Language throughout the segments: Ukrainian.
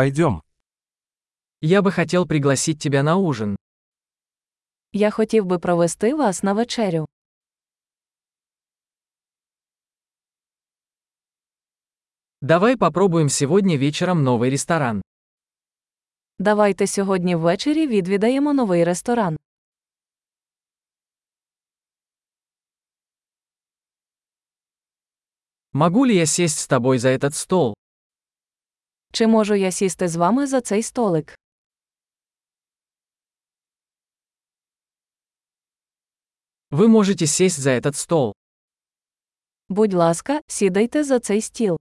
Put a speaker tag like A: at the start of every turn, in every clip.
A: Пойдем.
B: Я бы хотел пригласить тебя на ужин.
C: Я хотів би провести вас на вечерю.
B: Давай попробуем сегодня вечером новый ресторан.
C: Давайте сьогодні ввечері відвідаємо новий ресторан.
B: Могу ли я сесть с тобой за этот стол?
C: Чи можу я сісти з вами за цей столик?
B: Вы можете сесть за этот стол.
C: Будь ласка, сідайте за цей стіл.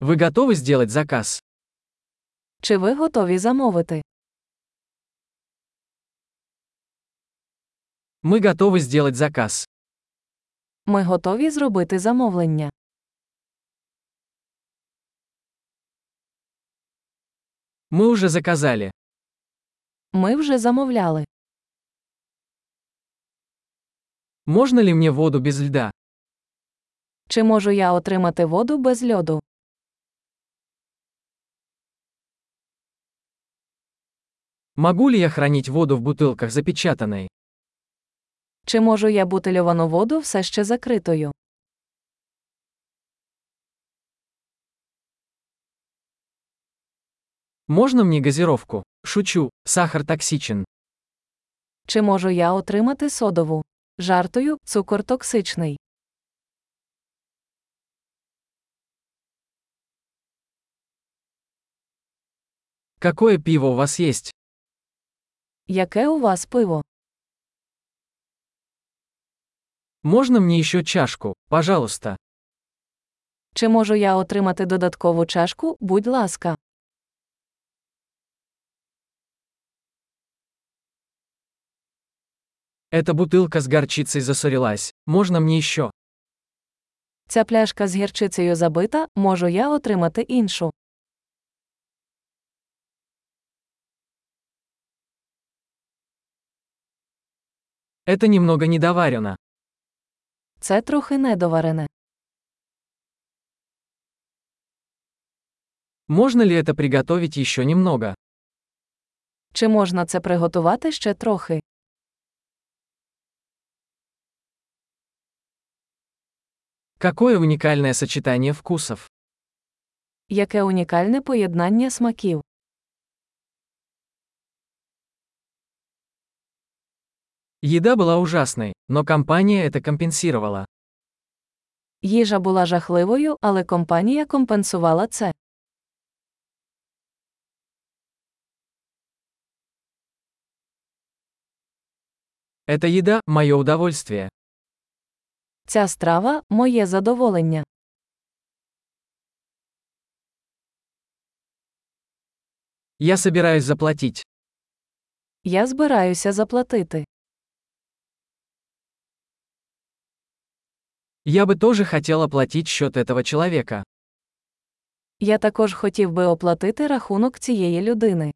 B: Вы готовы сделать заказ?
C: Чи ви готові замовити?
B: Мы готовы сделать заказ.
C: Ми готові зробити замовлення.
B: Мы уже заказали.
C: Ми вже замовляли.
B: Можно ли мне воду без льда?
C: Чи можу я отримати воду без льоду?
B: Могу ли я хранить воду в бутылках запечатанной?
C: Чи можу я бутильовану воду все ще закритою?
B: Можно мне газировку? Шучу, сахар токсичен.
C: Чи можу я отримати содову? Жартою, цукор токсичний.
B: Какое пиво у вас есть?
C: Яке у вас пиво?
B: Можно мне еще чашку, пожалуйста?
C: Чи можу я отримати додаткову чашку, будь ласка.
B: Эта бутылка с горчицей засорилась. Можно мне еще?
C: Ця пляшка з гірчицею забита, можу я отримати іншу.
B: Это немного недоварено.
C: Це трохи недоварене.
B: Можно ли это приготовить еще немного?
C: Чи можна це приготувати ще трохи?
B: Какое уникальное сочетание вкусов.
C: Яке унікальне поєднання смаків.
B: Еда была ужасной, но компания это компенсировала.
C: Їжа була жахливою, але компанія компенсувала це.
B: Эта еда – мое удовольствие.
C: Ця страва моє задоволення.
B: Я собираюсь заплатить.
C: Я збираюся заплатити.
B: Я бы тоже хотел оплатить счет этого человека.
C: Я також хотів би оплатити рахунок цієї людини.